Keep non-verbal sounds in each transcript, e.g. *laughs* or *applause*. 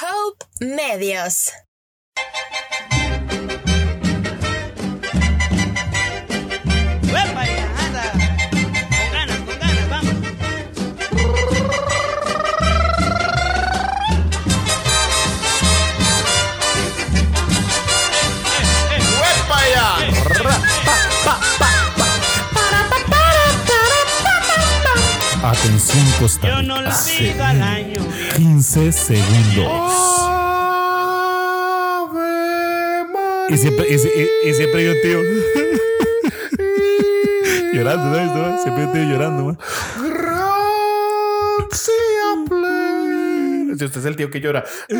Loop Medios. ¡Uepa! y anda! Con ganas, con ganas, vamos. ¡Huepa ya! Atención Costa Yo no Rica. la pido al año. 15 segundos. ¡Ave Y siempre, y, y- y siempre hay un tío *laughs* María, llorando, ¿sabes? no? Siempre hay un tío llorando, man. gracia plena. *laughs* Si usted es el tío que llora. Y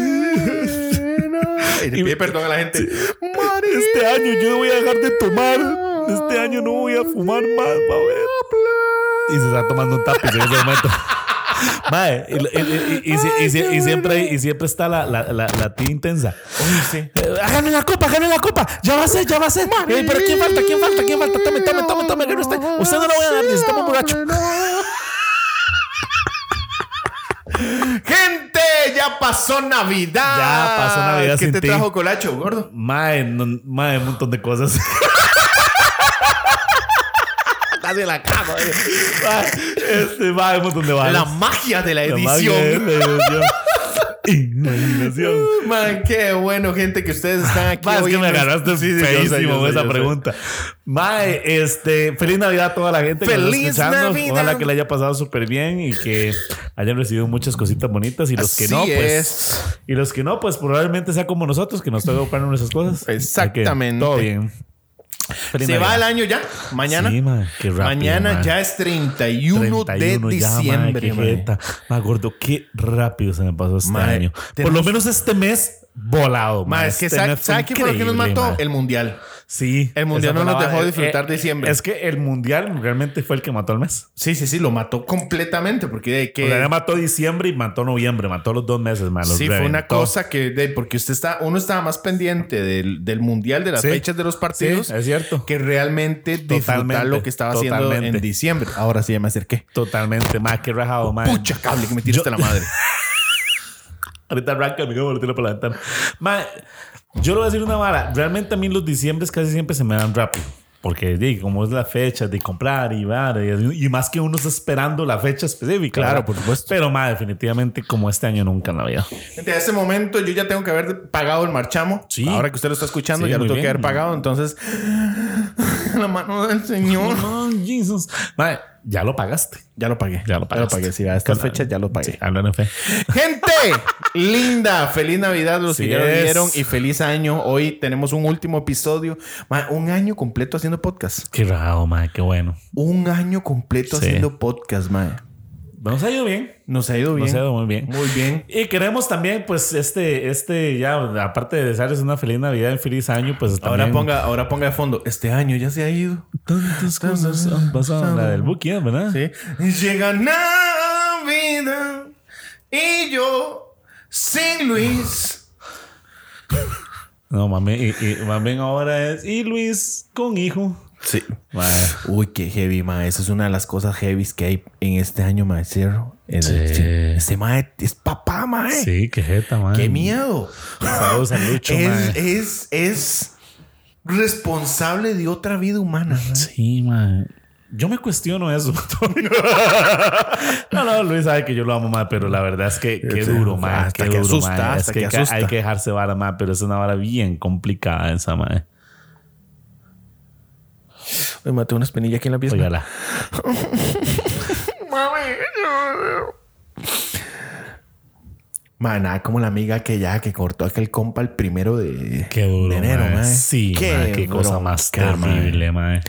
le pide perdón a la gente. María Este año yo voy a dejar de tomar. Este año no voy a fumar más, va a ver. Y se está tomando un tapiz en ese momento. Mae, y, y- y- y- y- y- y- y siempre, hay- y siempre está la, la, la, la tía intensa. Eh, Háganme la copa, háganme la copa. Ya va a ser, ya va a ser. Eh, pero ¿quién falta? ¿Quién falta? ¿Quién falta? Tome, tome, tome, tome. que no está- Usted no lo voy a dar, necesitamos borracho. Gente, ya pasó Navidad. Ya pasó Navidad ¿Qué sin te ti. trajo Colacho, gordo? Mae, no- mae, un montón de cosas. Casi la cago. Mae, este, mae, un montón de balas. La magia de la La magia edición. de la edición. Imaginación. Uh, Man, qué bueno, gente, que ustedes están aquí. Ma, es hoy que me en nuestro- agarraste Sí, sí, yo sé, yo sé, feísimo con yo esa sé. pregunta. Mae, este, feliz Navidad a toda la gente que nos ¡Feliz está escuchando. Navidad! Ojalá que le haya pasado súper bien y que hayan recibido muchas cositas bonitas. Y los que no, Así pues. es. Y los que no, pues probablemente sea como nosotros, que nos toca ocupar en nuestras cosas. Así que Exactamente. Todo bien. Feliz Se Navidad. va el año ya. Mañana. Sí, ma, qué rápido, Mañana ma. ya es 31, 31 de ya, ma, diciembre. qué ma. jeta. Ma, gordo, qué rápido se me pasó este Ma, año. Por lo tenemos- menos este mes volado. Ma, ma. es que Este ¿sabes mes fue qué fue lo que nos increíble, mató? ma. El mundial. Sí. El mundial esa no fue nos la dejó vara. disfrutar Eh, diciembre. Es que el mundial realmente fue el que mató el mes. Sí, sí, sí, lo mató completamente porque de O sea, ya que mató diciembre y mató noviembre, mató los dos meses, man. los sí fue una reventó. cosa que de, porque usted está uno estaba más pendiente del, del mundial de las Sí. fechas de los Sí, partidos es cierto. que realmente disfrutar Totalmente, lo que estaba haciendo totalmente. en diciembre. Ahora sí ya me acerqué. Totalmente, más que rajado, man. Pucha cable que me tiraste la madre. *laughs* Ahorita arranca el micrófono, lo tiro por la ventana. Man, yo le voy a decir una vara. Realmente a mí los diciembres casi siempre se me dan rápido. Porque, di, como es la fecha de comprar y bar, y, y más que uno está esperando la fecha específica. Claro, ¿verdad? por supuesto. Pero, más definitivamente, como este año nunca en la vida. Gente, a este momento yo ya tengo que haber pagado el marchamo. Sí. Ahora que usted lo está escuchando, Sí, ya lo muy tengo que bien. haber pagado. Entonces, *laughs* la mano del Señor. *laughs* No, Jesus. Mae, ya lo pagaste. Ya lo pagué. Ya lo pagaste. pagué. Sí, a estas Claro. fechas ya lo Sí, pagué. hablando en fe. Gente linda, feliz Navidad los Sí que ya lo es. vieron y feliz año. Hoy tenemos un último episodio. Ma, un año completo haciendo podcast. Qué raro, mae, qué bueno. Un año completo Sí. haciendo podcast, ma. Nos ha ido bien. Nos ha ido bien. Nos ha ido muy bien. Muy bien. Y queremos también, pues, este, este, ya, aparte de desearles una feliz Navidad y feliz año, pues Ahora también- ponga, ahora ponga de fondo. Este año ya se ha ido. Tantas cosas han pasado. La del Buki, ¿eh? ¿verdad? Sí. Llega Navidad y yo sin Luis. No, mami, y, y más bien ahora es. Y Luis con hijo. Sí. Mae. Uy, qué heavy, ma. Esa es una de las cosas heavy que hay en este año, ma. Cierro. Es- Sí. Este, mae es papá, ma. Sí, qué jeta, mae. Qué miedo. Saludos a Lucho, Es, mae. es, es responsable de otra vida humana. ma. Sí, man. Yo me cuestiono eso. *laughs* Antonio. no, no, Luis sabe que yo lo amo más, pero la verdad es que qué Sí, duro, man. hasta qué que duro, asusta, man. Es hasta que ca- asusta. hay que dejarse vara más, pero es una vara bien complicada esa, man. Me maté una espinilla aquí en la pieza. Óigala. Ma, nada como la amiga que ya que cortó aquel compa el primero de, Qué duro, de enero, mae. ma. Sí, mae, qué, cosa más bronca, ma. terrible, man.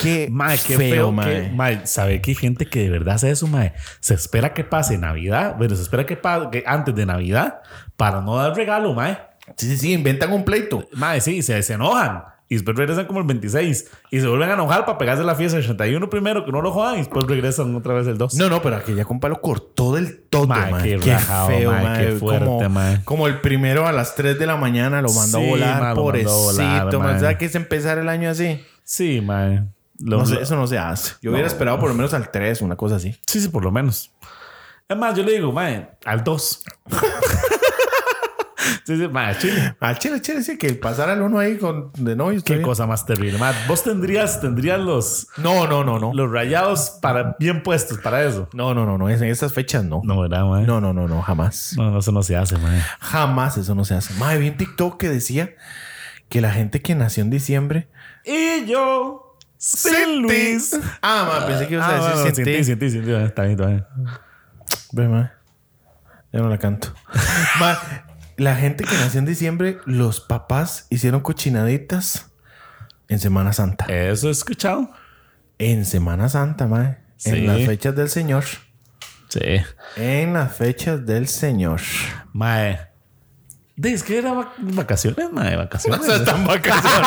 Qué Mae, qué feo, feo, ma. que, mae, sabe que hay gente que de verdad hace eso, mae. Se espera que pase Navidad, bueno, se espera que pase que antes de Navidad para no dar regalo, mae. Sí, sí, sí, inventan un pleito. Mae, sí, se, se enojan. Y después regresan como el 26. Y se vuelven a enojar para pegarse la fiesta del 81 primero, que no lo jodan. Y después regresan otra vez el 2. No, no, pero aquella compa lo cortó del todo, Ma, ma. qué Qué, rajado, feo, ma, ma. qué fuerte, como, ma. como el primero a las 3 de la mañana lo mandó Sí, a volar, ma, lo mandó pobrecito, a ma. volar, ma. ¿Sabes qué es empezar el año así? Sí, mae. Lo- No sé, lo- eso no se hace. Yo hubiera esperado por lo menos al 3, una cosa así. *laughs* Sí, sí, por lo menos. Es más, yo le digo, mae, al 2. Sí, sí, mae, chile. Al chile, chile, sí, que pasara el uno ahí con de novios. Qué está bien. cosa más terrible. mae. vos tendrías, tendrías los, No, no, no, no. los rayados para, bien puestos para eso. No, no, no, no. es- En esas fechas no. No, ¿verdad, mae? No, no, no, no, jamás. No, no, eso no se hace, mae. Jamás eso no se hace. Madre, vi un TikTok que decía que la gente que nació en diciembre. Y yo, sin Luis. Ah, ma, pensé que ibas Ah, a bueno, decir sin ti, sin ti. sin ti, sin ti. Está bien, está bien. Ve, ma, Ya no la canto. *laughs* Ma, la gente que nació en diciembre, los papás hicieron cochinaditas en Semana Santa. Eso he escuchado. En Semana Santa, madre. Sí. En las fechas del Señor. Sí. En las fechas del *laughs* Señor. Mae. Dice que era vac- vacaciones, mae, vacaciones. vacaciones.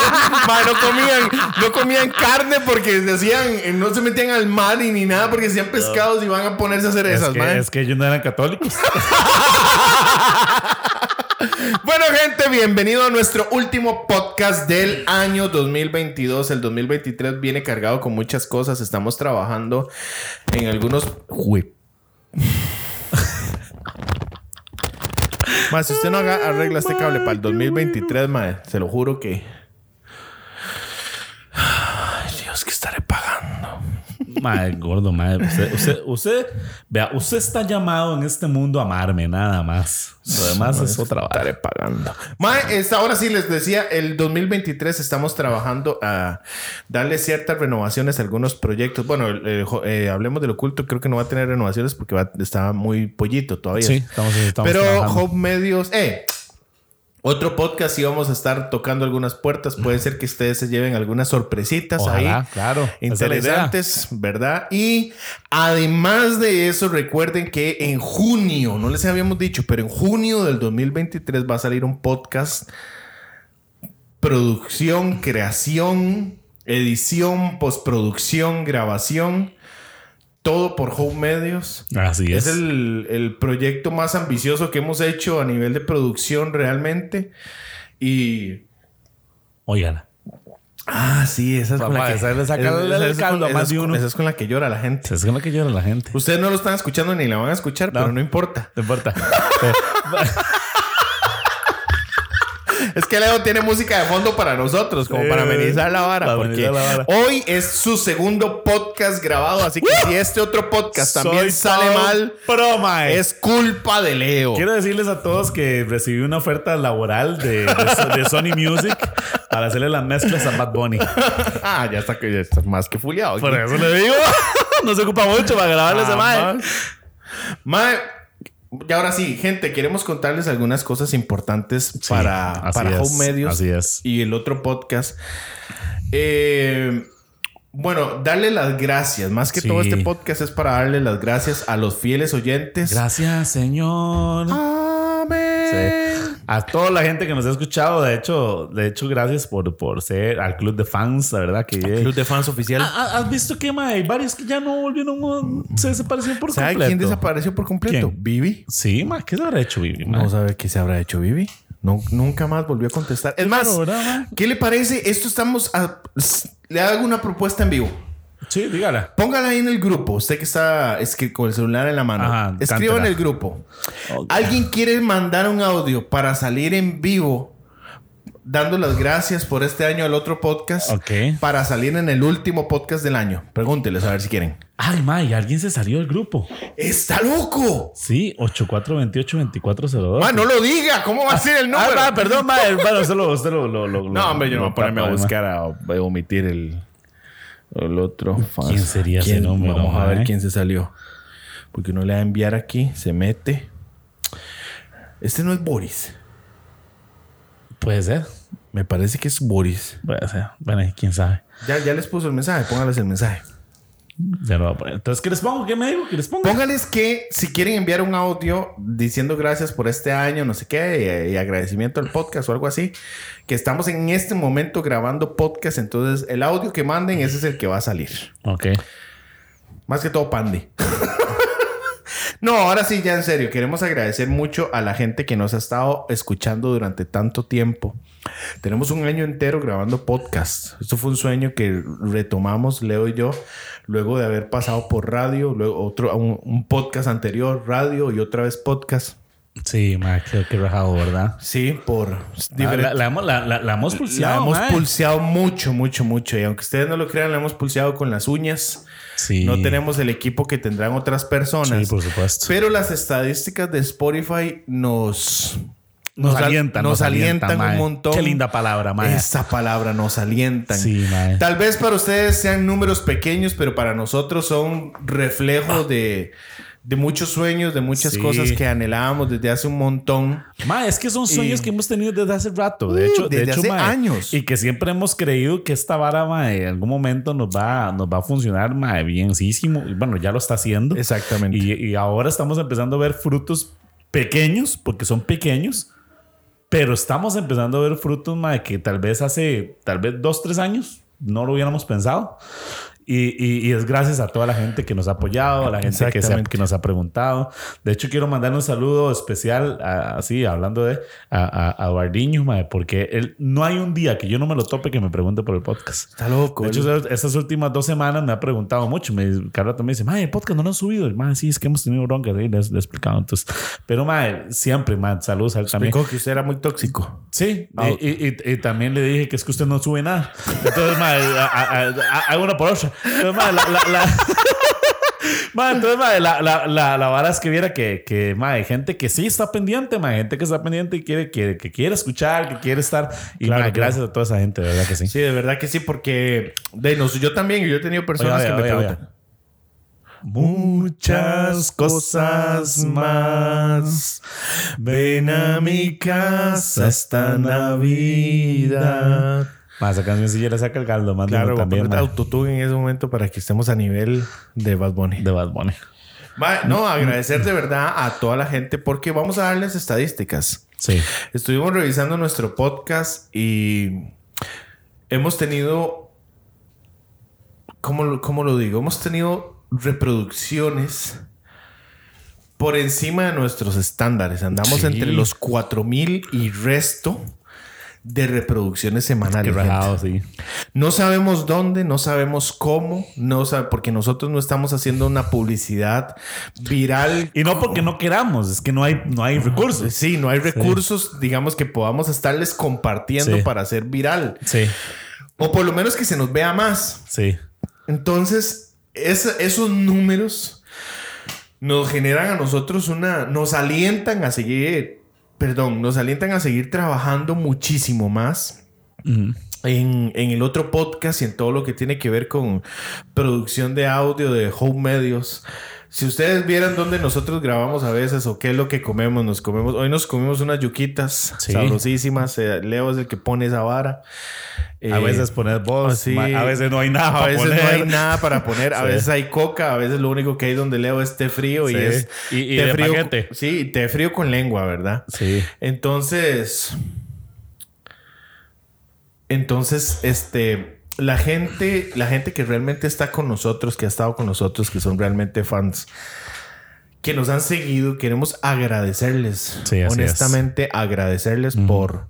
no comían, no comían carne porque se hacían, eh, no se metían al mar y ni nada porque hacían pescados y van a ponerse a hacer es, esas, que, mae. es que ellos no *laughs* eran católicos. Bueno, gente, bienvenido a nuestro último podcast del año 2022. El 2023 viene cargado con muchas cosas. Estamos trabajando en algunos. Jue- Mae, si usted no haga- arregla este cable para el 2023, mae, se lo juro que. *sighs* Ay, Dios, que estaré pagando. mae, gordo, mae. Usted, usted, usted, vea, usted está llamado en este mundo a amarme, nada más. Lo demás es otra vara. Estaré pagando. Mae, esta- ahora sí les decía, el 2023 estamos trabajando a darle ciertas renovaciones a algunos proyectos. Bueno, el- el jo- eh, hablemos del oculto, creo que no va a tener renovaciones porque va- está muy pollito todavía. Sí, estamos, estamos Pero trabajando. Home Medios, eh, otro podcast y vamos a estar tocando algunas puertas. Puede ser que ustedes se lleven algunas sorpresitas Ojalá, ahí. claro. Esa es la idea. Interesantes, ¿verdad? Y además de eso, recuerden que en junio, no les habíamos dicho, pero en junio del 2023 va a salir un podcast producción, creación, edición, postproducción, grabación, todo por Home Medios. Así es. Es el, el proyecto más ambicioso que hemos hecho a nivel de producción realmente. Y. Oigan. Ah, sí, esa es Papá, esa le saca el- el caldo a esa más es de con- uno. esa es con la que llora la gente. Es con lo que llora la gente. Ustedes no lo están escuchando ni la van a escuchar, pero no importa. No *laughs* importa. Es que Leo tiene música de fondo para nosotros, como Sí, para amenizar la vara. para Porque amenizar la vara. hoy es su segundo podcast grabado, así que si este otro podcast también Soy sale todo mal, Pro, mae. es culpa de Leo. Quiero decirles a todos que recibí una oferta laboral de, de- de Sony Music para hacerle las mezclas a Bad Bunny. Ah, ya está, que- ya está más que fuleado. *laughs* Por eso le digo, *laughs* Ah, no se ocupa mucho para grabarle ese mae. Mae, y ahora sí, gente, queremos contarles algunas cosas importantes para, así para es, Home Medios así es. y el otro podcast. Eh, bueno, darle las gracias. Más que Sí. todo este podcast es para darle las gracias a los fieles oyentes. Gracias, señor. Ah. Amén. A toda la gente que nos ha escuchado, de hecho, de hecho, gracias por, por ser al club de fans, la verdad que Club de fans oficial. Ah, ah, ¿Has visto que mae? hay varios que ya no volvieron, se desaparecieron por ¿Sabe completo. quién desapareció por completo? ¿Quién? Ah. Vivi. Sí, mae, ¿qué se habrá hecho, Vivi? mae? No sabe qué se habrá hecho Vivi. No, nunca más volvió a contestar. Es más, Claro, ¿verdad, mae? ¿qué le parece? Esto estamos a- Le hago una propuesta en vivo. Sí, dígala. Póngala ahí en el grupo. Usted que está escri- con el celular en la mano. Ajá, Escriba en cántela. el grupo. Ok. ¿Alguien quiere mandar un audio para salir en vivo? Dando las gracias por este año al otro podcast. Ok. Para salir en el último podcast del año. Pregúnteles a ver si quieren. Ay, mae, alguien se salió del grupo. ¡Está loco! Sí, 8428-2402. Ma, no lo diga. ¿Cómo va a ser el Ah, número? ma, perdón, ma. Bueno, usted lo, usted lo, lo- lo- No, hombre, yo no voy lo a ponerme a tapa, ma. buscar a, a omitir el, el otro. ¿Quién sería ese nombre, Vamos a ma, ver eh? quién se salió. Porque uno le va a enviar aquí, se mete. Este no es Boris. Puede ser, Me parece que es Boris. puede ser. Bueno, y quién sabe. Ya, ya les puso el mensaje, póngales el mensaje. Ya lo voy a poner. Entonces, ¿qué les pongo? ¿Qué me digo? ¿Qué les pongo? Póngales que si quieren enviar un audio diciendo gracias por este año, no sé qué, y, y agradecimiento al podcast o algo así, que estamos en este momento grabando podcast, entonces el audio que manden, ese es el que va a salir. Ok. Más que todo Pandi. *laughs* no, ahora sí, ya en serio, queremos agradecer mucho a la gente que nos ha estado escuchando durante tanto tiempo. Tenemos un año entero grabando podcast. Esto fue un sueño que retomamos Leo y yo luego de haber pasado por radio, luego otro un, un podcast anterior, radio y otra vez podcast. Sí, mae, qué, qué rajado, ¿verdad? Sí, por La, diferentes- la- la hemos- la- la- la Ah, hemos La pulseado. hemos mae. pulseado mucho, mucho, mucho. Y aunque ustedes no lo crean, la hemos pulseado con las uñas. Sí. No tenemos el equipo que tendrán otras personas. Sí, por supuesto. Pero las estadísticas de Spotify nos... nos, al- alientan. Nos, alientan, mae. un montón. Qué linda palabra, mae. Esa palabra, nos alientan. Sí, mae. Tal vez para ustedes sean números pequeños, pero para nosotros son reflejos de, de muchos sueños, de muchas Ah. Sí. cosas que anhelábamos desde hace un montón. Mae, es que son sueños Y- que hemos tenido desde hace rato. De Uh, hecho, de desde hecho, hace mae, años. Y que siempre hemos creído que esta vara, mae, en algún momento nos va, nos va a funcionar, mae, bienísimo. Y bueno, ya lo está haciendo. Exactamente. Y, y ahora estamos empezando a ver frutos pequeños, porque son pequeños. Pero estamos empezando a ver frutos, mae, que tal vez hace, tal vez dos, tres años no lo hubiéramos pensado. Y, y- y es gracias a toda la gente que nos ha apoyado, a la gente que, se ha- Exactamente. que nos ha preguntado. De hecho, quiero mandar un saludo especial, a- así, hablando de, a, a, a Bardiño, mae, porque él, no hay un día que yo no me lo tope que me pregunte por el podcast. Está loco. De ¿eh? hecho, estas últimas dos semanas me ha preguntado mucho. Me, Carla también dice, mae, el podcast no lo han subido. Y, Mae, sí, es que hemos tenido broncas. Y les, les he explicado. Entonces, pero, mae, siempre, mae, saludos a él también. Explicó Ah, que usted era muy tóxico. Sí, y- y, y- y también le dije que es que usted no sube nada. Entonces, madre, a- a- a- hago una por otra. Entonces, madre, la, la, la- *laughs* Madre, entonces, madre, la, la, la, la vara es que viera que, que madre, hay gente que sí está pendiente, madre, gente que está pendiente y quiere, que, que quiere escuchar, que quiere estar. Y Claro, madre, claro. gracias a toda esa gente, de verdad que sí. Sí, de verdad que sí, porque de nos, yo también, yo he tenido personas Oiga, que me oiga, oiga, preguntan. Muchas cosas más. Ven a mi casa esta Navidad. Más esa canción si ya le saca el caldo, más Claro, voy a también. poner madre. autotune en ese momento para que estemos a nivel de Bad Bunny. de Mm. Bad Bunny. Ma- no, agradecer de verdad a toda la gente porque vamos a darles estadísticas. Sí. Estuvimos revisando nuestro podcast y hemos tenido, ¿cómo lo, cómo lo digo? Hemos tenido reproducciones por encima de nuestros estándares. Andamos Sí. entre los 4.000 y resto de reproducciones Qué semanales. gente. rajado, sí. No sabemos dónde, no sabemos cómo, no sabe, porque nosotros no estamos haciendo una publicidad viral. Y no porque no queramos, es que no hay, no hay recursos. Sí, no hay recursos, digamos, que podamos estarles compartiendo Sí. para hacer viral. Sí, O por lo menos que se nos vea más. sí. Entonces, es- esos números nos generan a nosotros una... Nos alientan a seguir... Perdón, nos alientan a seguir trabajando muchísimo más. Mm. en, en el otro podcast y en todo lo que tiene que ver con producción de audio de home medios. Si ustedes vieran dónde nosotros grabamos a veces o qué es lo que comemos, nos comemos. Hoy nos comimos unas yuquitas Sí. sabrosísimas. eh, Leo es el que pone esa vara. Eh, a veces poner voz, sí. ma- pues a veces no hay nada. a para veces no poner. hay nada para poner. A Sí. veces hay coca. A veces lo único que hay donde Leo es té frío y Sí. es Y- y té de frío. paquete. Sí, té frío con lengua, ¿verdad? Sí. Entonces, entonces, este, la gente, la gente que realmente está con nosotros, que ha estado con nosotros, que son realmente fans, que nos han seguido, queremos agradecerles, Sí, así es. honestamente agradecerles por,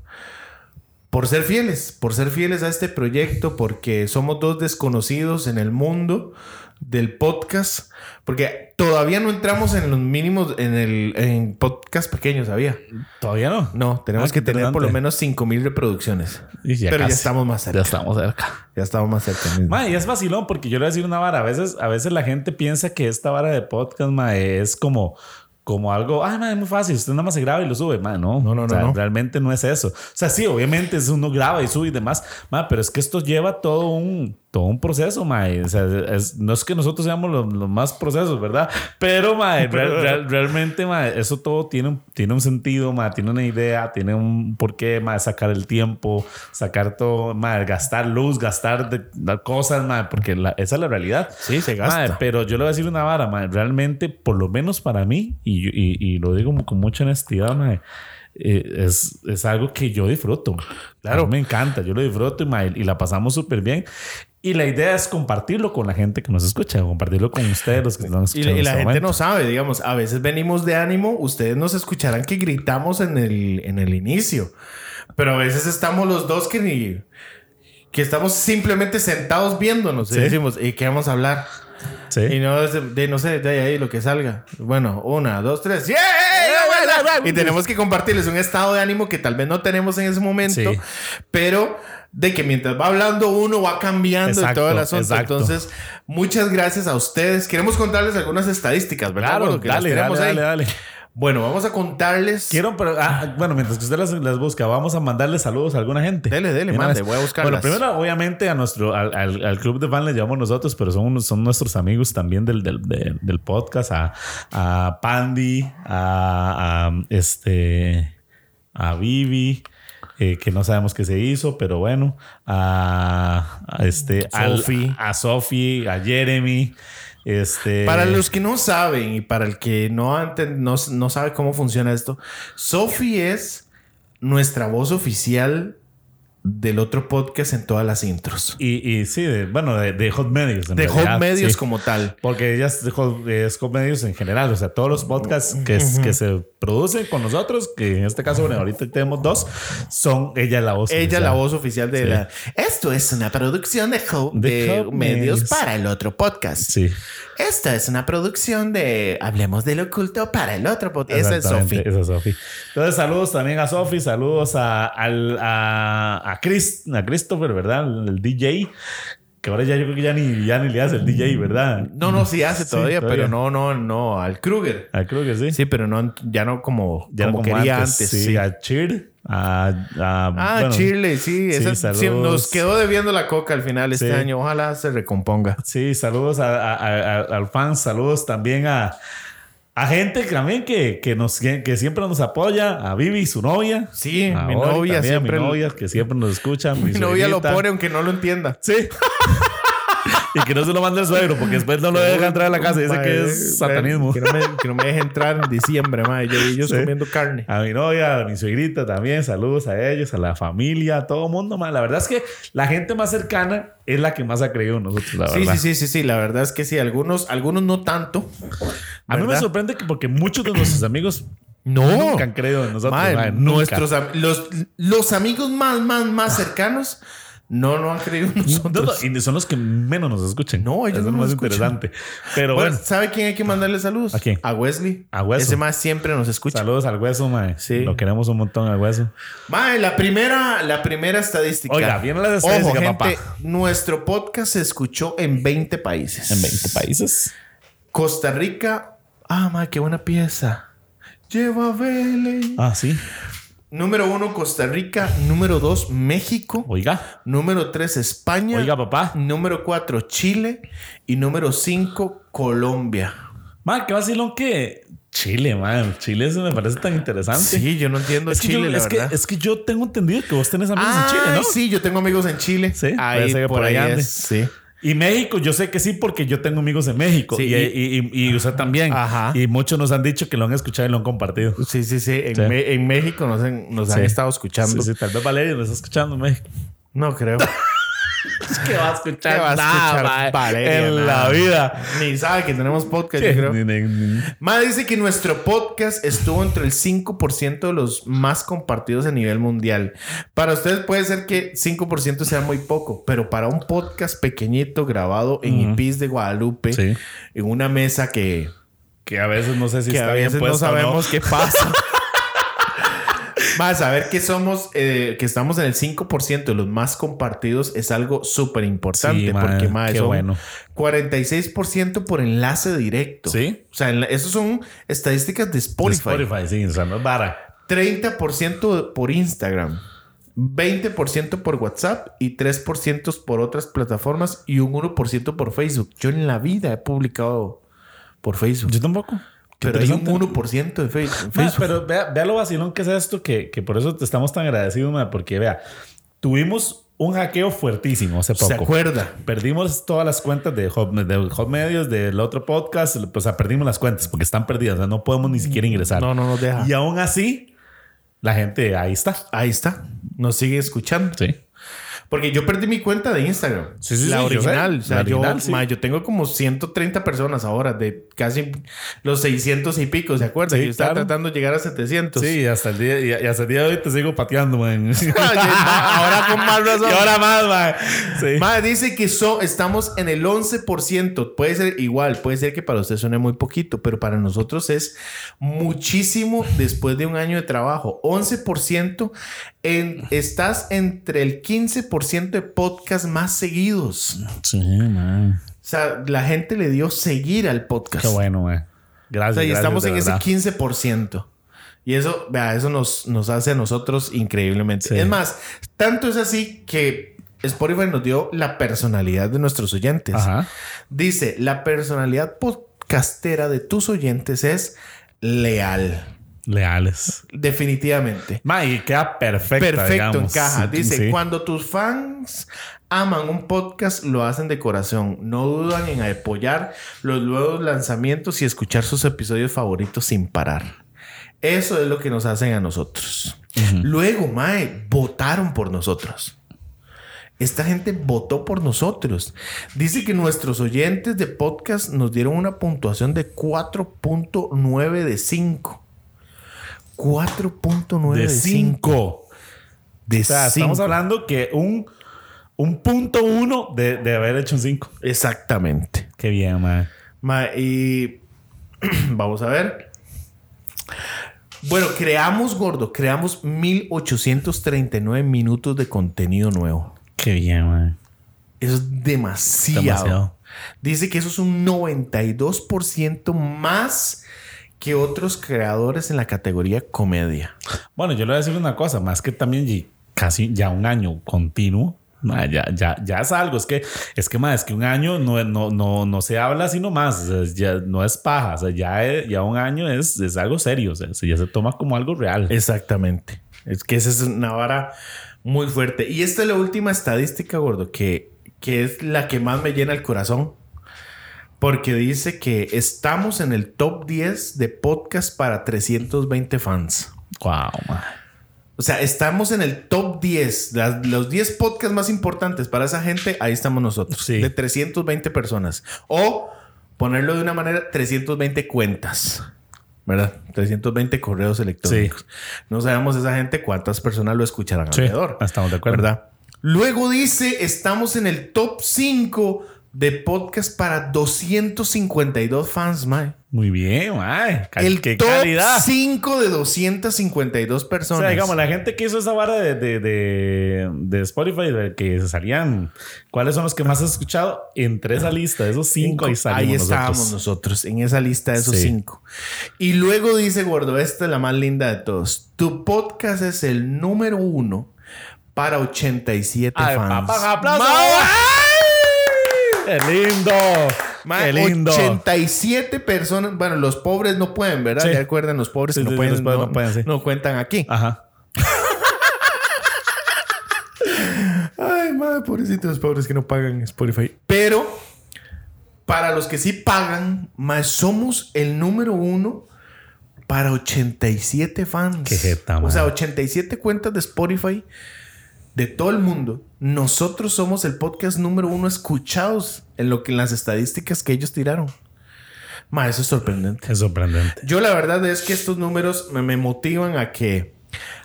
por ser fieles, por ser fieles a este proyecto, porque somos dos desconocidos en el mundo del podcast, porque todavía no entramos en los mínimos, en el en podcast pequeño, ¿sabía? Todavía no. No, tenemos Ah, que qué tener por lo interesante. menos 5000 reproducciones. Y ya Pero ya casi. estamos más cerca. Ya, Ya estamos cerca. estamos más cerca. mismo. Ma, y es vacilón porque yo le voy a decir una vara. A veces, a veces la gente piensa que esta vara de podcast ma, es como, como algo, ay, ma, es muy fácil. Usted nada más se graba y lo sube. Ma, no, No, no, O sea, no, no. Realmente no es eso. O sea, sí, obviamente es uno graba y sube y demás. Ma, pero es que esto lleva todo un, todo un proceso. Ma, y, o sea, es- no es que nosotros seamos los, los más procesos, ¿verdad? Pero ma, *laughs* real- real- realmente ma, eso todo tiene, un- tiene un sentido, ma, tiene una idea, tiene un porqué. Ma, sacar el tiempo, sacar todo, ma, gastar luz, gastar de, de cosas, ma, porque la- esa es la realidad. Sí, se Mae, gasta. pero yo le voy a decir una vara, mae. Realmente, por lo menos para mí, y, yo- y- y lo digo con mucha honestidad, mae, eh, es, es algo que yo disfruto. Claro. me encanta, yo lo disfruto y, mae, y la pasamos súper bien. Y la idea es compartirlo con la gente que nos escucha, compartirlo con ustedes, los que y, están y escuchando. en la este gente momento. no sabe, digamos, a veces venimos de ánimo, ustedes nos escucharán que gritamos en el, en el inicio, pero a veces estamos los dos que ni... Que estamos simplemente sentados viéndonos y Sí. decimos, ¿y qué vamos a hablar? Sí. Y no, es de, no sé, de ahí lo que salga. Bueno, una, dos, tres. ¡Yeah! ¡Yeah! y tenemos que compartirles un estado de ánimo que tal vez no tenemos en ese momento, Sí. pero de que mientras va hablando uno va cambiando y todo el Exacto, asunto. exacto. Entonces, muchas gracias a ustedes. Queremos contarles algunas estadísticas, ¿verdad? Claro, Bueno, que las dale, dale, tenemos ahí. dale, dale. Bueno, vamos a contarles. Quiero, pero, ah, bueno, mientras que usted las, las busca, vamos a mandarle saludos a alguna gente. Dele, dele, De una mande, vez. voy a buscarlas. Bueno, primero, obviamente, a nuestro, al, al- al club de fans le llamamos nosotros, pero son, unos- son nuestros amigos también del, del, de- del podcast, a, a Pandy, a, a, este, a Vivi. eh, que no sabemos qué se hizo, pero bueno, a, a este, al- Sofi. a Sofi, a Jeremy, este, Para los que no saben y para el que no, enten- no, no sabe cómo funciona esto, Sofi es nuestra voz oficial del otro podcast en todas las intros. y, y sí, de- bueno, de, de Hot Medios. en De realidad, Hot Medios sí. como tal. Porque ella es, de Hot- eh, es Hot Medios en general, o sea, todos los podcasts que, es- que se producen con nosotros, que en este caso, bueno, ahorita tenemos dos, son ella la voz. Ella oficial. la voz oficial de Sí. la... Esto es una producción de, Ho- De de Hot medios, Medios. para el otro podcast. Sí. Esta es una producción de Hablemos del Oculto para el otro podcast. Esa es exactamente, Sofi. Esa es Sofi. Entonces, saludos también a Sofi, saludos a, al- a, a, Chris, a Christopher, ¿verdad? El, el DJ. Que ahora ya yo creo que ya ni, ya ni le hace el DJ, ¿verdad? No, no, sí hace Sí, todavía, todavía. pero no, no, no, al Kruger. Ah, creo que sí. Sí, pero no, ya no como, Ya como, quería antes. sí, sí. a Cheer, a, a- Ah, bueno, Chile, sí. sí, esa- sí, saludos. nos quedó debiendo la coca al final este Sí. año. Ojalá se recomponga. Sí, saludos a- a- a- a- al fan, saludos también a, a gente también que, que, nos, que, que siempre nos apoya, a Vivi, su novia. Sí, A mi Ori novia también, siempre. Mi novia, que siempre nos escucha. Mi, *laughs* mi novia lo suegrita. pone aunque no lo entienda. Sí. *laughs* y que no se lo mande el suegro, porque después no lo deja entrar a la casa y dice que es satanismo. Que no me, que no me deje entrar en diciembre, madre. Yo, ellos Sí. Ah, comiendo carne. A mi novia, a mi suegrita también, saludos a ellos, a la familia, a todo mundo, man. La verdad es que la gente más cercana es la que más ha creído en nosotros, la Sí, verdad. sí, sí, sí, sí. La verdad es que sí. Algunos, algunos no tanto. A mí me ¿Verdad? sorprende que porque muchos de nuestros amigos No. nunca han creído en nosotros. Madre, Oh, madre, nunca. nuestros am- los, los amigos más, más, más cercanos no, no han creído en *laughs* No, no, nosotros. y son los que menos nos escuchan. No, ellos Eso es no lo más nos escuchan. interesante. Pero Bueno, bueno, ¿Sabe quién hay que mandarle saludos? ¿A quién? A Wesley. A Wesley. Ese más siempre nos escucha. saludos al hueso, mae. Sí. Lo queremos un montón al hueso. Mae, la primera, la primera estadística. Oiga, vienen las estadísticas, Ojo, papá. gente, Nuestro podcast se escuchó en 20 países. En 20 países. Costa Rica. Ah, mae, qué buena pieza. Lleva Vélez. Ah, sí. Número uno, Costa Rica. Número dos, México. Oiga. Número tres, España. Oiga, papá. Número cuatro, Chile. Y número cinco, Colombia. Mae, qué vacilón que Chile, mae. Chile eso me parece tan interesante. Sí, yo no entiendo Ah, es que Chile, yo, la es que- verdad. es que yo tengo entendido que vos tenés amigos Ah, en Chile, ¿no? sí, yo tengo amigos en Chile. Sí, puede ahí, ser que por, por ahí, allá ande. es, sí. Y México, yo sé que sí, porque yo tengo amigos en México. Sí, y, y, y- y usted también. Ajá. Y muchos nos han dicho que lo han escuchado y lo han compartido. Sí, sí, sí. En, Sí. Me- en México nos han, nos han Sí. estado escuchando. Sí, sí, tal vez Valeria nos está escuchando en México. No *laughs* creo. que va a escuchar ¿Qué va a escuchar mae, Valeria? en Nada. la vida. Ni sabe que tenemos podcast, yo creo. Ni- ni- ni- Ma dice que nuestro podcast estuvo entre el 5% de los más compartidos a nivel mundial. Para ustedes puede ser que 5% sea muy poco, pero para un podcast pequeñito grabado en Ujú. Ipis de Guadalupe, Sí. en una mesa que, Que a veces no sé si que está a veces bien no puesta o sabemos qué pasa. Más saber que somos, eh, que estamos en el 5% de los más compartidos es algo súper importante Sí, ma, porque más qué son bueno. 46% por enlace directo. Sí. O sea, en la- esos son estadísticas de De Spotify. Spotify, sí, o sea, no es vara. 30% por Instagram, 20% por WhatsApp y 3% por otras plataformas y un 1% por Facebook. Yo en la vida he publicado por Facebook. Yo tampoco. Qué Pero hay un interesante. 1% de Facebook. en Ma, Facebook. pero vea, vea lo vacilón que es esto, que, que por eso te estamos tan agradecidos, ma, porque vea, tuvimos un hackeo fuertísimo hace poco. ¿Se acuerda? Perdimos todas las cuentas de Hot, de Hot Medios, del otro podcast. pues, O sea, perdimos las cuentas porque están perdidas. O sea, no podemos ni siquiera ingresar. No, no nos deja. Y aún así, la gente ahí está. Ahí está. Nos sigue escuchando. Sí. Porque yo perdí mi cuenta de Instagram. Sí, sí, la sí, yo original. sé. O sea, La yo, original, sí. ma, yo tengo como 130 personas ahora, de casi los 600 y pico, ¿se acuerdan? Sí, yo estaba claro. tratando de llegar a 700. Sí, hasta el día, y- y hasta el día de hoy te sigo pateando, *laughs* man. ahora con más razón. y ahora más, man. Sí. Mae, dice que so- estamos en el 11%. Puede ser igual, puede ser que para usted suene muy poquito, pero para nosotros es muchísimo después de un año de trabajo. 11%. En, estás entre el 15% de podcast más seguidos. O Sí, man. sea, la gente le dio seguir al podcast. Qué bueno, man. O Gracias. sea, y gracias, estamos de en verdad. ese 15%. Y eso, vea, eso nos, nos hace a nosotros increíblemente. Sí. Es más, tanto es así que Spotify nos dio la personalidad de nuestros oyentes. Ajá. Dice, la personalidad podcastera de tus oyentes es leal. Leales. Definitivamente. Man, y queda perfecta, Perfecto, digamos. encaja. Sí, Dice, sí. cuando tus fans aman un podcast, lo hacen de corazón. No dudan en apoyar los nuevos lanzamientos y escuchar sus episodios favoritos sin parar. Eso es lo que nos hacen a nosotros. Luego, Mae, votaron por nosotros. Esta gente votó por nosotros. Dice que nuestros oyentes de podcast nos dieron una puntuación de 4.9 de 5. 4.9 De de 5. 5. De O sea, estamos cinco. hablando que un, un punto uno de, de haber hecho un 5. Exactamente. Qué bien, man. Ma, y *clears throat* vamos a ver. Bueno, creamos, gordo, creamos 1839 minutos de contenido nuevo. Qué bien, man. Eso es demasiado. Demasiado. Dice que eso es un 92% más que otros creadores en la categoría comedia. Bueno, yo le voy a decir una cosa, más que también y casi ya un año continuo. ma, ya, ya, ya es algo, es que, es que más, es que un año no, no, no, no se habla sino más, o sea, ya no es paja, o sea, ya, es- ya un año es, es algo serio, o sea, ya se toma como algo real. Exactamente. Es que esa es una vara muy fuerte. Y esta es la última estadística, gordo, que, que es la que más me llena el corazón. Porque dice que estamos en el top 10 de podcast para 320 fans. Wow, ma. O sea, estamos en el top 10. las- los 10 podcasts más importantes para esa gente, ahí estamos nosotros. Sí. De 320 personas. O ponerlo de una manera, 320 cuentas. ¿Verdad? 320 correos electrónicos. No sabemos esa gente cuántas personas lo escucharán Sí, alrededor. estamos de acuerdo. ¿Verdad? Luego dice, estamos en el top 5 de podcast para 252 fans, Mae. Muy bien, ma. Ca- El qué top calidad. 5 de 252 O personas. sea, digamos, la gente que hizo esa vara de, de, de, de Spotify, de que se salían, ¿cuáles son los que más has escuchado? Entre esa lista, esos cinco, ahí salimos Ahí nosotros. estábamos nosotros, en esa lista de esos Sí. cinco. Y luego dice Gordo, esta es la más linda de todos. Tu podcast es el número uno para 87 Ay, fans. papá, un aplauso. ¡Qué lindo! Ma- ¡Qué lindo! 87 personas. Bueno, los pobres no pueden, ¿verdad? Sí. Ya recuerden, los pobres Sí, que no, sí, sí, pueden, los pobres no, no pueden, sí. no cuentan aquí. Ajá. Ay, madre, pobrecitos los pobres que no pagan Spotify. Pero para los que sí pagan, más somos el número uno para 87 fans. Qué jeta, o madre. sea, 87 cuentas de Spotify de todo el mundo. Nosotros somos el podcast número uno escuchados en lo que en las estadísticas que ellos tiraron. Ma, eso es sorprendente. Es sorprendente. Yo la verdad es que estos números me, me motivan a que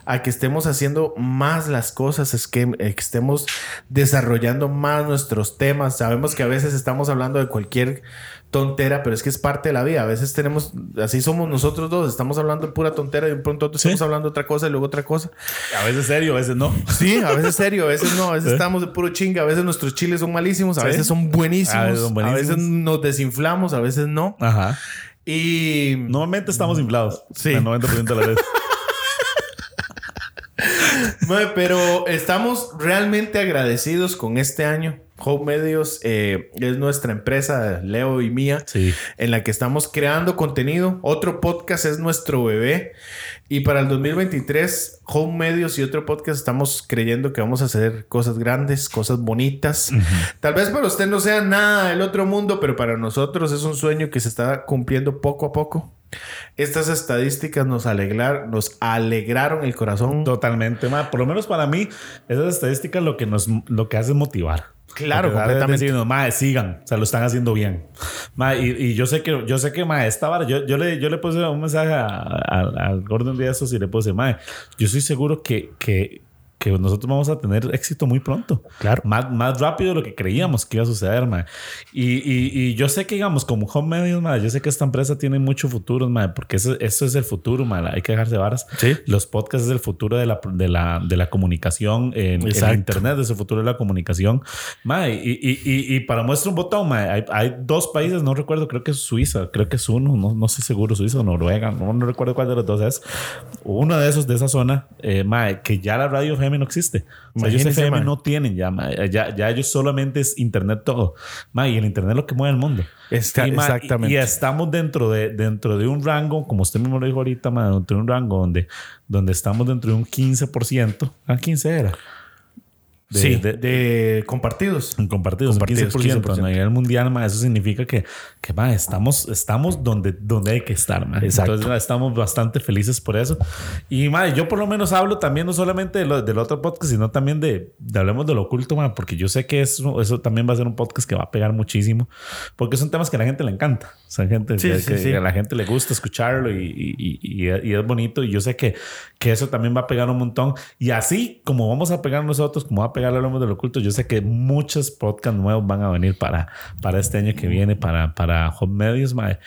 a que estemos haciendo más las cosas, es que, eh, que estemos desarrollando más nuestros temas. Sabemos que a veces estamos hablando de cualquier tontera, pero es que es parte de la vida. A veces tenemos, así somos nosotros dos, estamos hablando de pura tontera y de pronto otro Sí. estamos hablando de otra cosa y luego otra cosa. A veces serio, a veces no. Sí, a veces serio, a veces no, a veces estamos de puro chinga, a veces nuestros chiles son malísimos, a Sí. veces son buenísimos, A veces son a veces buenísimos. nos desinflamos, a veces no. Ajá. Y Normalmente estamos inflados. Sí. El 90% de las veces. Mae, pero estamos realmente agradecidos con este año. Home Medios eh, es nuestra empresa, Leo y mía, Sí. en la que estamos creando contenido. Otro podcast es nuestro bebé. Y para el 2023, Home Medios y otro podcast estamos creyendo que vamos a hacer cosas grandes, cosas bonitas. Tal vez para usted no sea nada del otro mundo, pero para nosotros es un sueño que se está cumpliendo poco a poco. Estas estadísticas nos, alegrar, nos alegraron el corazón. Totalmente, ma. Por lo menos para mí, esas estadísticas lo que nos lo que hace es motivar. Claro, Lo que hace es completamente. decirnos, "Ma, sigan, o sea, lo están haciendo bien. Ma, y, y yo sé que, yo sé que, ma, esta vara, yo, yo le, yo le puse un mensaje a- a- al Gordon Díaz y le puse, ma, yo estoy seguro que, que, que nosotros vamos a tener éxito muy pronto. Claro. Más, más rápido de lo que creíamos que iba a suceder, ma. Y, y, y yo sé que, digamos, como Home Medios, ma, yo sé que esta empresa tiene mucho futuro, ma, porque eso, eso es el futuro, ma. Hay que dejarse varas. Sí. Los podcasts es el futuro de la, de la, de la comunicación en, en Exacto. Internet, es el futuro de la comunicación. Ma, y, y, y, y para muestra un botón, ma, hay, hay dos países, no recuerdo, creo que es Suiza, creo que es uno, no, no estoy seguro, Suiza o Noruega, no, no recuerdo cuál de los dos es. Uno de esos de esa zona, eh, ma, que ya la radio FM no existe. O sea, ellos Imagínese, FM ma. no tienen ya, ma, ya, ya ellos solamente es Internet todo. Ma, y el Internet es lo que mueve el mundo. Está- Y, ma, exactamente. Y, y estamos dentro de, dentro de un rango, como usted mismo lo dijo ahorita, ma, dentro de un rango donde, donde estamos dentro de un 15%. ¿A 15 Ah, era? De- sí, de, de- compartidos. en compartidos, un Compartidos, 15%, 15%. a nivel mundial, ma, eso significa que, que ma, estamos, estamos donde, donde hay que estar. ma. Exacto. Entonces ma, estamos bastante felices por eso. Y ma, yo por lo menos hablo también no solamente de lo- del otro podcast, sino también de, de hablemos de lo oculto, ma, porque yo sé que eso, eso también va a ser un podcast que va a pegar muchísimo, porque son temas que a la gente le encanta. O sea, gente Sí, que, sí, que sí. a la gente le gusta escucharlo y, y- y- y- y es bonito. Y yo sé que, que eso también va a pegar un montón. Y así como vamos a pegar nosotros, como va a pegar Hablamos del Oculto, yo sé que muchos podcasts nuevos van a venir para, para este año que viene, para, para Hot Medios, mae.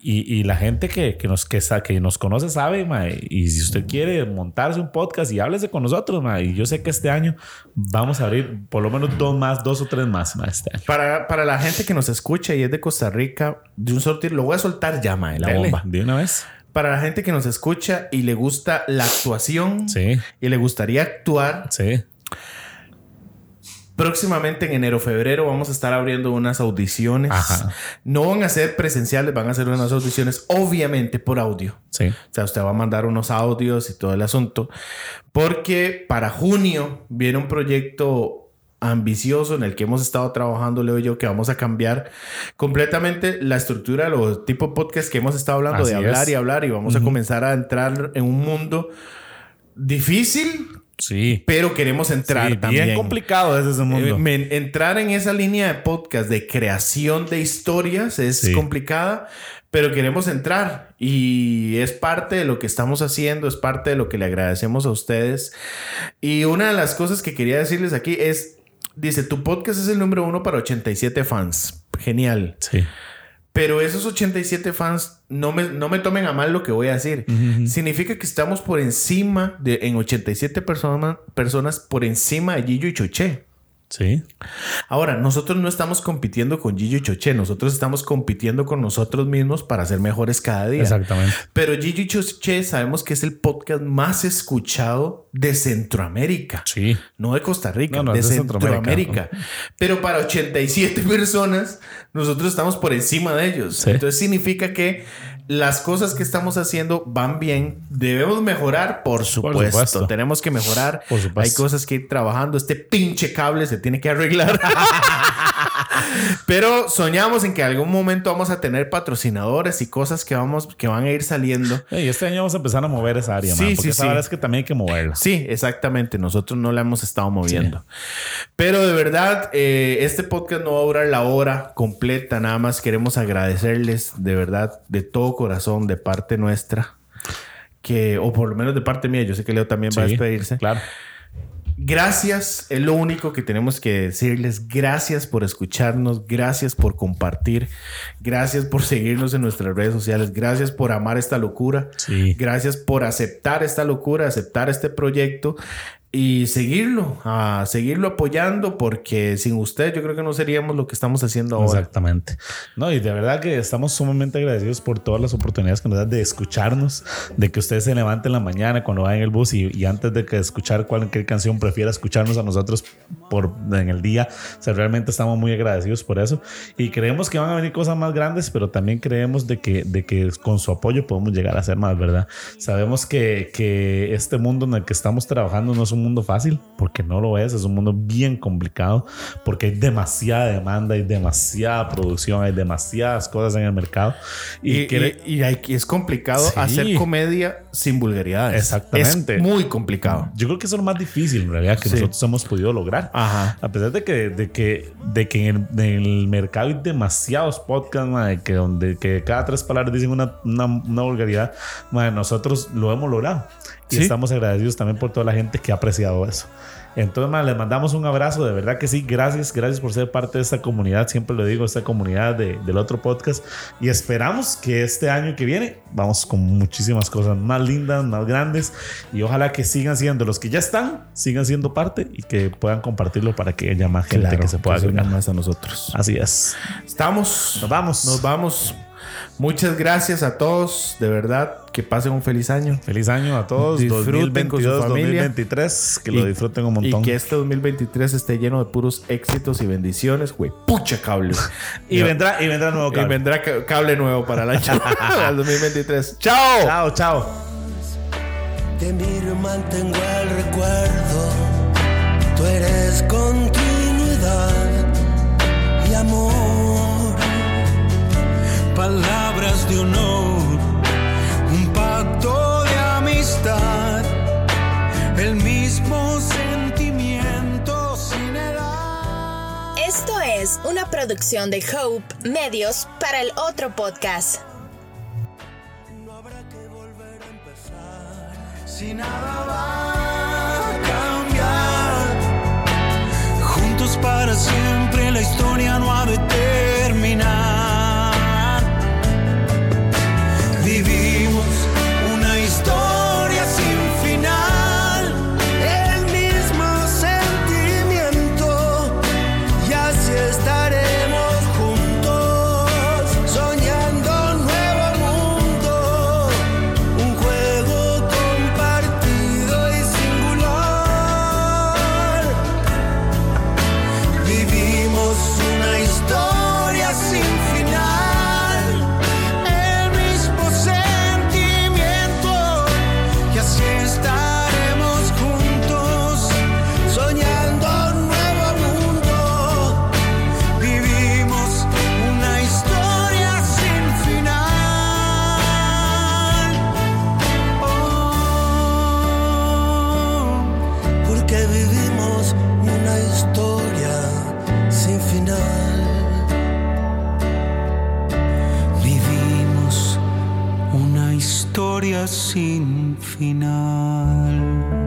Y, y la gente que, que nos, que, sa- que nos conoce sabe, mae. Y si usted quiere montarse un podcast y háblese con nosotros, mae. Y yo sé que este año vamos a abrir por lo menos dos más, dos o tres más, mae, este año. Para, para la gente que nos escucha y es de Costa Rica, de un sorteo, lo voy a soltar ya, mae, la Dele, bomba. De una vez. Para la gente que nos escucha y le gusta la actuación Sí, y le gustaría actuar, sí. próximamente en enero febrero vamos a estar abriendo unas audiciones. Ajá. No van a ser presenciales, van a ser unas audiciones obviamente por audio. Sí. O sea, usted va a mandar unos audios y todo el asunto. Porque para junio viene un proyecto ambicioso en el que hemos estado trabajando, Leo y yo, que vamos a cambiar completamente la estructura de los tipos de podcast que hemos estado hablando, de Así hablar es. y hablar. Y vamos a comenzar a entrar en un mundo difícil, Sí. pero queremos entrar Sí, también. Bien complicado es ese mundo. Eh, men, entrar en esa línea de podcast de creación de historias es Sí. complicada, pero queremos entrar y es parte de lo que estamos haciendo, es parte de lo que le agradecemos a ustedes. Y una de las cosas que quería decirles aquí es, dice, tu podcast es el número uno para 87 fans. Genial. sí. Pero esos 87 fans, no me, no me tomen a mal lo que voy a decir. Significa que estamos por encima de, en 87 personas personas por encima de Gillo y Choché. Sí. Ahora, nosotros no estamos compitiendo con Gillo y Choché, nosotros estamos compitiendo con nosotros mismos para ser mejores cada día. Exactamente. Pero Gillo y Choché sabemos que es el podcast más escuchado de Centroamérica. Sí. No de Costa Rica, No, no, de, es de Centroamérica. Centroamérica. Pero para 87 personas, nosotros estamos por encima de ellos. Sí. Entonces significa que las cosas que estamos haciendo van bien. Debemos mejorar, por supuesto. supuesto. Tenemos que mejorar. Por supuesto. Hay cosas que ir trabajando. Este pinche cable se tiene que arreglar. *laughs* Pero soñamos en que algún momento vamos a tener patrocinadores y cosas que, vamos, que van a ir saliendo. Y este año vamos a empezar a mover esa área, Sí, man, sí, porque esa sí. verdad es que también hay que moverla. Sí, exactamente. Nosotros no la hemos estado moviendo. Pero de verdad, eh, este podcast no va a durar la hora completa. Nada más queremos agradecerles de verdad, de todo corazón, de parte nuestra. Que, o por lo menos de parte mía, yo sé que Leo también va a Sí, despedirse. Claro. Gracias, es lo único que tenemos que decirles. Gracias por escucharnos, gracias por compartir, gracias por seguirnos en nuestras redes sociales, gracias por amar esta locura. Sí. Gracias por aceptar esta locura, aceptar este proyecto y seguirlo, a seguirlo apoyando, porque sin usted yo creo que no seríamos lo que estamos haciendo ahora. Exactamente. No, y de verdad que estamos sumamente agradecidos por todas las oportunidades que nos dan de escucharnos, de que ustedes se levanten en la mañana cuando van en el bus y, y antes de que escuchar cualquier canción prefiera escucharnos a nosotros por, en el día. O sea, realmente estamos muy agradecidos por eso y creemos que van a venir cosas más grandes, pero también creemos de que, de que con su apoyo podemos llegar a hacer más, ¿verdad? Sabemos que, que este mundo en el que estamos trabajando no es un mundo fácil, porque no lo es, es un mundo bien complicado, porque hay demasiada demanda, hay demasiada producción, hay demasiadas cosas en el mercado. Y, Y, quiere- y- y hay- y es complicado Sí. hacer comedia sin vulgaridades. Exactamente. Es muy complicado. yo creo que eso es lo más difícil en realidad que Sí. nosotros hemos podido lograr. Ajá. A pesar de que, de que, de que en, el, en el mercado hay demasiados podcasts, mae, que donde que cada tres palabras dicen una, una, una vulgaridad, mae, nosotros lo hemos logrado. Y Sí. estamos agradecidos también por toda la gente que ha apreciado eso. Entonces, mae, les mandamos un abrazo, de verdad que sí, gracias, gracias por ser parte de esta comunidad, siempre lo digo, esta comunidad de- del otro podcast. Y esperamos que este año que viene vamos con muchísimas cosas más lindas, más grandes. Y ojalá que sigan siendo los que ya están, sigan siendo parte y que puedan compartirlo para que haya más gente que se pueda que se una agregar. más a nosotros. Así es. Estamos. Nos vamos. Nos vamos. Muchas gracias a todos. De verdad, que pasen un feliz año. Feliz año a todos. Disfruten con su 2022, familia. 2023. Que lo Y- disfruten un montón. Y que este 2023 esté lleno de puros éxitos y bendiciones, güey. Pucha cable. *laughs* Y vendrá, y vendrá nuevo Y cable. vendrá ca- cable nuevo para el *laughs* año para el 2023. ¡Chao! Chao, chao. De mí mantengo el recuerdo. Tú eres continuidad y amor. Palabras de honor, un pacto de amistad. El mismo sentimiento sin edad. Esto es una producción de Hope Medios para el otro podcast. No habrá que volver a empezar. Si nada va a cambiar. Juntos para siempre la historia no ha de terminar. Vivimos una historia sin final. El mismo sentimiento. Y así estaremos juntos, soñando un nuevo mundo, un juego compartido y singular. Vivimos una historia sin final, el mismo sentimiento, y así estaremos juntos, soñando un nuevo mundo. Vivimos una historia sin final. Oh, porque vivimos una historia sin final. Vivimos una historia sin final.